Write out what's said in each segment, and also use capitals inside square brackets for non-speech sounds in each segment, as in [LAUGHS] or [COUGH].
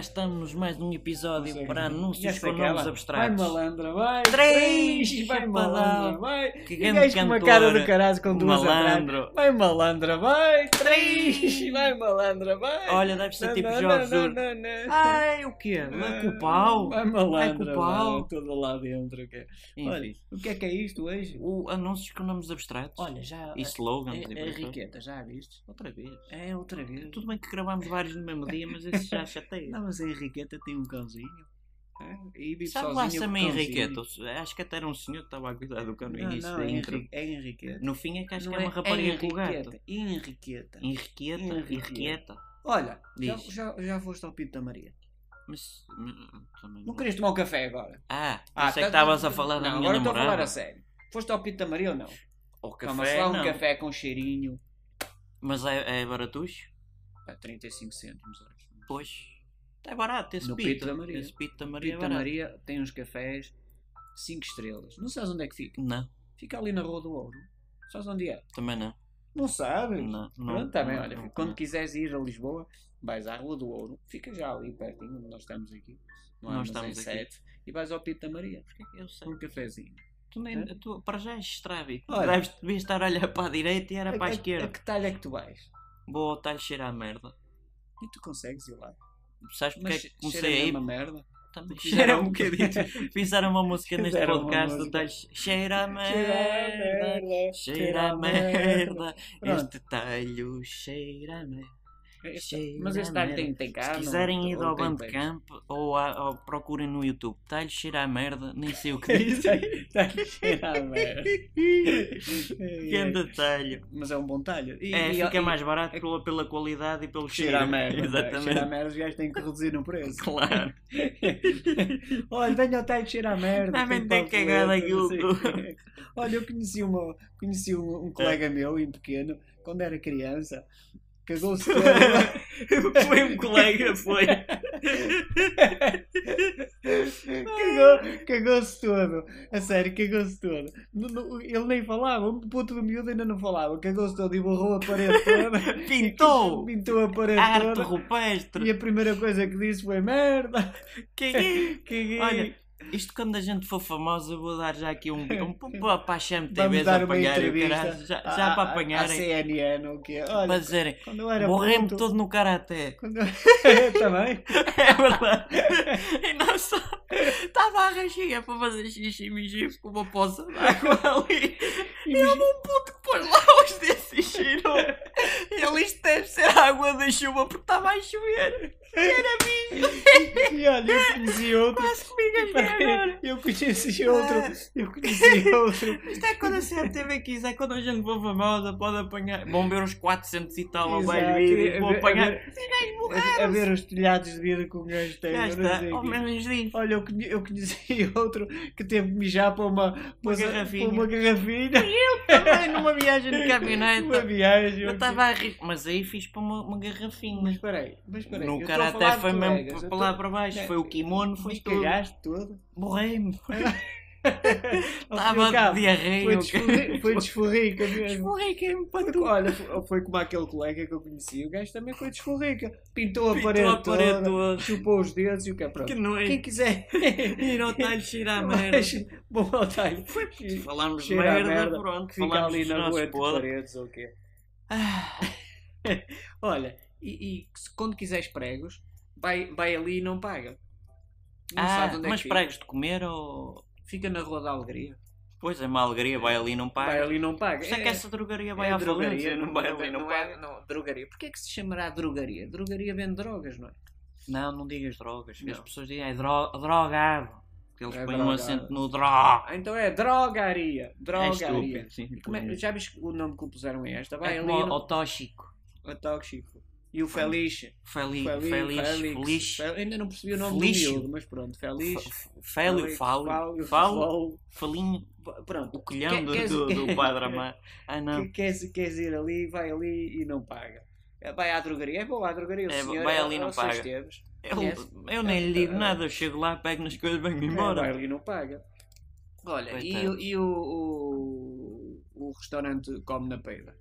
estamos mais um episódio Consegue. para anúncios Essa com é aquela. nomes abstratos. Vai malandra, vai. Três, vai pá, não. malandra, vai. Que E grande gajo com uma cara cantora, do caralho com duas malandro. atrás. Vai malandra, vai. Três, vai malandra, vai. Olha, deve ser Não, tipo não, jogos. não, do- não, não, não. Ai, o Ah, quê? Vai com o pau? Vai Vai malandra, com o pau. vai, Tudo lá dentro. ok. Enfim, Olha, o que é que é isto hoje? o anúncios com nomes abstratos. Olha, já. e slogans. e por É, aí é fora. riqueta, já a viste? Outra vez. É outra vez. Tudo bem que gravámos vários no mesmo dia, mas esse já chateia. [LAUGHS] Não, mas a Henriqueta tem um cãozinho. É? E vive Sabe sozinha lá com se a o minha cãozinho. Henriqueta? Acho que até era um senhor que estava a cuidar do cão no Não, início não, da é intro. Henri- é Henriqueta. No fim é que acho Não que é uma rapariga com o gato. Henriqueta, Henriqueta. Henriqueta, Henriqueta. Henriqueta. Olha, já, Diz. já, já foste ao Pito da Maria. Mas. hum, também Não não- querias tomar um café agora? Ah, pensei que tá- estavas a falar da não, minha agora estou a falar namorada. a sério. Foste ao Pito da Maria ou não? Ou Toma-se café, lá um não. café com cheirinho. Mas é, é baratucho? A 35 cêntimos. acho. Pois. É barato esse No pito. Pito da Maria. Esse pito da O Maria Pito é da barato. Maria tem uns cafés 5 estrelas. Não sabes onde é que fica? Não, Fica ali na Rua do Ouro. Sabes onde é? também não. Não sabes? Não, não. Pronto, tá bem, não, é olha, não, quando não. quiseres ir a Lisboa, vais à Rua do Ouro, fica já ali pertinho, onde nós estamos aqui, no Nós Armazém estamos aqui. 7, e vais ao Pito da Maria, Eu sei. um cafezinho. Tu nem, tu, para já és estrábico. É. Olha. Deves, devias estar a olhar para a direita e era para a que- esquerda. A que talha é que tu vais? Vou ao talho cheirar a merda. E tu consegues ir lá. Sabes porque é Mas que cheira comecei a ir? mesmo a merda. Também [LAUGHS] Cheira fizeram um um bocadito. Fizeram uma música neste Fizeram uma podcast do música. talho. Cheira a [LAUGHS] Cheira a merda. Cheira a merda, este talho cheira a merda. Este- cheira Mas este a talho merda. tem, tem Se carne. quiserem ir ou ao então tem [LAUGHS] Bandcamp ou, a- ou procurem no YouTube, talho cheira a merda, nem sei o que [LAUGHS] [LAUGHS] peito? dizem. Talho cheira a [LAUGHS] merda. É, Grande talho. Mas é um bom talho. E, É, e- fica e- mais barato pela, pela qualidade e pelo cheiro. Cheira [LAUGHS] a merda. não é? Cheira a Exatamente. merda, os gajos têm que reduzir no preço. Claro. [LAUGHS] Olha, venha ao talho cheira a merda. Também tem panfleto, cagada não sei aquilo. o quê. Olha, eu conheci, uma, conheci um, um É. colega meu, em pequeno, quando era criança, [LAUGHS] cagou-se todo. Foi um colega, foi. [LAUGHS] Cagou- Cagou-se todo. A sério, cagou-se todo. No- no- Ele nem falava, o puto do miúdo ainda não falava. Cagou-se todo e borrou a parede toda. [LAUGHS] Pintou. [LAUGHS] Pintou a parede Arte toda. E rupestre. a primeira coisa que disse foi merda. [LAUGHS] Que- é Caguei. Olha, Isto quando a gente for famosa, eu vou dar já aqui um, [LAUGHS] um para para a Vamos ChamTV dar a uma apanhar o entrevista Ah, caralho, já, à- já é à- para apanharem, À CNN, o quê? Olha, para dizerem, quando eu era morremos puto- todo no karaté. [LAUGHS] Quando eu... [LAUGHS] Também? É verdade. E não só, estava a rachia para fazer xixi e mijir com uma poça de água ali. E houve um puto que pôs lá os dedos e cheirou. Ele isto deve ser água da chuva porque estava a chover. E olha, eu conheci [LAUGHS] outro. Quase que me engasguei agora. Eu conheci outro. [LAUGHS] Eu conheci outro. Isto é quando a CMTV quiser, é quando a gente for famosa, pode apanhar. Vão ver os 400 e tal ao Exato. velho vídeo e vão A ver- apanhar. a ver- A, a ver os telhados de vida que o gajo tem. Já eu não está, Oh, sei o ao quê. menos diz. Olha, eu conhe- eu conheci [LAUGHS] outro que teve que mijar para uma, para garrafinha. Para uma garrafinha. Também numa viagem [LAUGHS] de Uma caminhonete. viagem. um Eu estava a rir, mas aí fiz para uma, uma Mas garrafinha. espera aí, mas espera aí. No eu estou a cara falar até de foi colegas, mesmo eu para estou- lá para baixo. Não, Foi o kimono, foi Mas tudo. cagaste tudo. Morrei-me. Ao fim e ao Estava cabo, de diarreia. Foi o desforri- Foi cara. desforrica mesmo. Escorreguei-me para tu. Olha, foi- foi como aquele colega que eu conheci, o gajo também foi desforrica. Pintou a parede, Pintou a parede toda, toda. chupou os dedos e o que é pronto. Que Quem noite. [LAUGHS] quiser, Ir ao talho cheirar a merda. [LAUGHS] bom otário. Falámos de Cheira a merda, merda, pronto. Que fica Falámos ali dos na nossos rua de podres. paredes ou o quê? Ah, [LAUGHS] Olha, e, e se- quando quiseres pregos, vai, vai ali e não paga. Não sabes onde é Ah, mas que pregos de comer ou. fica. Fica na Rua da Alegria. Pois é, uma alegria, vai ali e não Vai paga. ali e não paga. Isto é que essa drogaria vai à falência, não vai ali e não paga. é- não, drogaria. Porquê é que se chamará drogaria? Drogaria vende drogas, não é? Não, não digas drogas, que as Não. pessoas dizem é dro drogado. Porque eles É põem um drogado. acento no dro. Ah, então é drogaria. É Drogaria. estúpido, sim. Como é- já viste o nome que puseram a esta? Vai É ali. como o, no- o tóxico. O tóxico. E o Feliz. Feli, Feli- feliz, Félix. feliz. Fel- Ainda não percebi o nome Felício. do miúdo, mas pronto. Feliz. fe- Félio, falo, Fálio, falo, Fálio. falinho, P- Pronto. o colhão Quer- do, queres- do, do padre Amar. Ah não, Que- Queres, queres ir ali, vai ali e não paga. Vai à drogaria. É boa à drogaria. O É, senhor vai é- ali e é não o Sr. paga. Esteves. Conhece? eu, eu nem lhe digo nada, eu chego lá, pego nas coisas e venho É, embora. vai ali e não paga. Olha, e, o- Coitado. e o, o, o restaurante Come na Peida?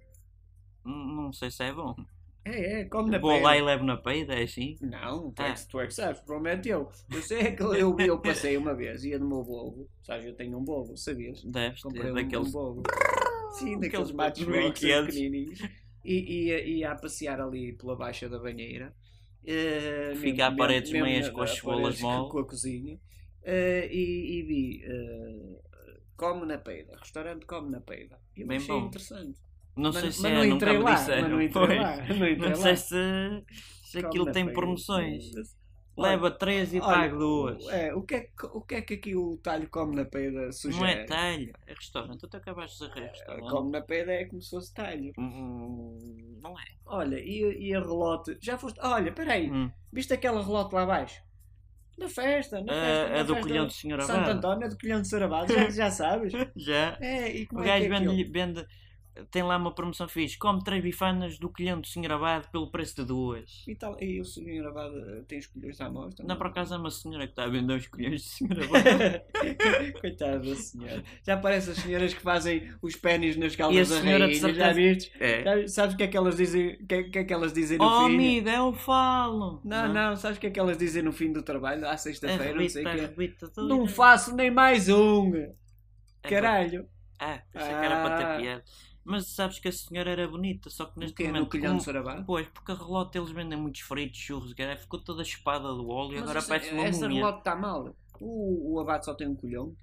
Não não sei se é bom. É, é, come na Vou lá pele. e levo na peida, é assim? Não, tu Ah. é que, tu é que sabes, provavelmente eu. Eu sei é que eu, eu, eu passei uma vez, ia no meu bolo, sabes, eu tenho um bolo, sabias? Deves Comprei ter um, um É daqueles. bolo. Sim, aqueles daqueles matos bolos boxers brinquedos. pequenininhos. E e ia, ia a passear ali pela baixa da banheira. eh, Fica a mesmo- paredes mesmo meias na- com as a cebolas paredes mole. [LAUGHS] Com a cozinha. Eh, e, e vi, eh, come na peida, restaurante come na peida. E eu Bem achei bom. interessante. Não Mas- sei se mas é, não nunca entrei me lá, disseram. mas não entrei pois. lá, [LAUGHS] não entrei Não lá. sei se, se Come aquilo na tem peida. promoções. Olha, Leva três e Olha, paga duas. É, o, que é, que- o que é que aqui o talho come na peida Não é sugere? talho, é restaurante. Tu acabaste de dizer restaurante. Come na peida é como se fosse talho. Hum, Não é. Olha, e, e a relote? Já foste. Olha, peraí, Hum. viste aquela relote lá abaixo? Na festa, na festa. A, na a do festa colhão de senhora Santo Abad. António, a do colhão de Sarabado, [LAUGHS] já, já sabes? Já. É, e como O é que gajo é aquilo? vende, vende. Tem lá uma promoção fixe. Come três bifanas do colhão do senhor Abad pelo preço de duas. E, tal, e o senhor Abado tem os colhões à então mostra? Não, por [LAUGHS] acaso é uma senhora que está a vender os colhões do senhor Abad. Coitada da senhora. Já parece as senhoras que fazem os pênis nas E a caldas da senhora de rainha, já certeza- viste? É. Sabe- Sabes o que [LAUGHS] é que elas dizem, o que é, o que é que elas dizem no Oh, fim? amiga, eu falo. Não, não, sabes o que é que elas dizem no fim do trabalho, à sexta-feira, não sei o Arrebita, quê? arrebita tudo. Não faço nem mais um! É Caralho! pra- Ah, pensei que era Ah. para ter piada. Mas sabes que a senhora era bonita, só que O neste quê? No momento. colhão de como- Sarabá? Pois, porque a relote eles vendem muitos fritos, churros, cara. Ficou toda chupada do óleo e Mas agora essa- parece uma Essa múmia. relote está mal. O, o abate só tem um colhão.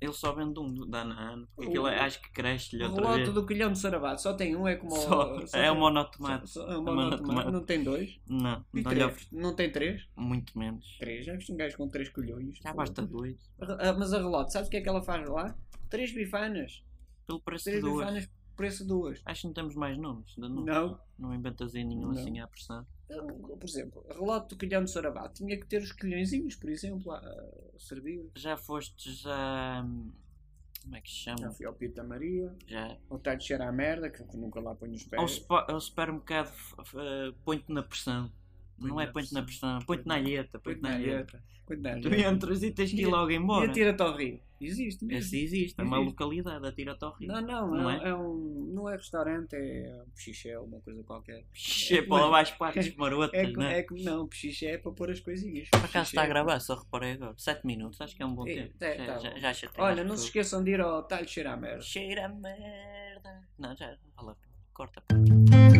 Ele só vende um do- da Nano. Porque aquilo O- é- acho que cresce-lhe O outra vez. relote do colhão de Sarabá só tem um, é como o- Só, só é tem- o monotomate. só- só- É é um monotomate. monotomate. Não tem dois? Não, E não lhe três? oferece Não tem três? muito menos. Três? Já viste um gajo com três colhões? Já basta dois. Ah, Mas a relote, sabes o que é que ela faz lá? Três bifanas. Pelo preço de Três duas. bifanas, preço de duas. Acho que não temos mais nomes. Ainda não, Não. não inventas aí nenhum Não. assim à pressão. Por exemplo, relato do colhão de Sarabá tinha que ter os colhõezinhos, por exemplo, a, a servir. Já fostes já. Como é que se Já chama? fui ao Pita Maria, Já. ao Tato Cheira à Merda, que eu nunca lá ponho os pés. Ao, spa, ao supermercado, f- f- põe-te na pressão. não Põe é na põe-te na pressão. pressão, põe-te na alheta, põe-te na alheta. Quando dá Tu entras e tens que ir E- logo E embora. atira-te ao rio. Essa Existe mesmo. existe, é [LAUGHS] uma Existe. localidade, atira-te ao rio. Não, não, Não é, é? é um, não é restaurante, é um pichiché, uma coisa qualquer. Xê, para lavar as partes marotas, É, co- não é? é como não, pichiché é para pôr as coisinhas. Por acaso Pichiché está a é- gravar, só reparei agora. 7 minutos, acho que é um bom É, tempo. tá- já, tá já, bom. já chatei Olha, as não se pessoas. esqueçam de ir ao Talho Cheira à Merda. Cheira a merda. Não, já, não vale a pena. Corta.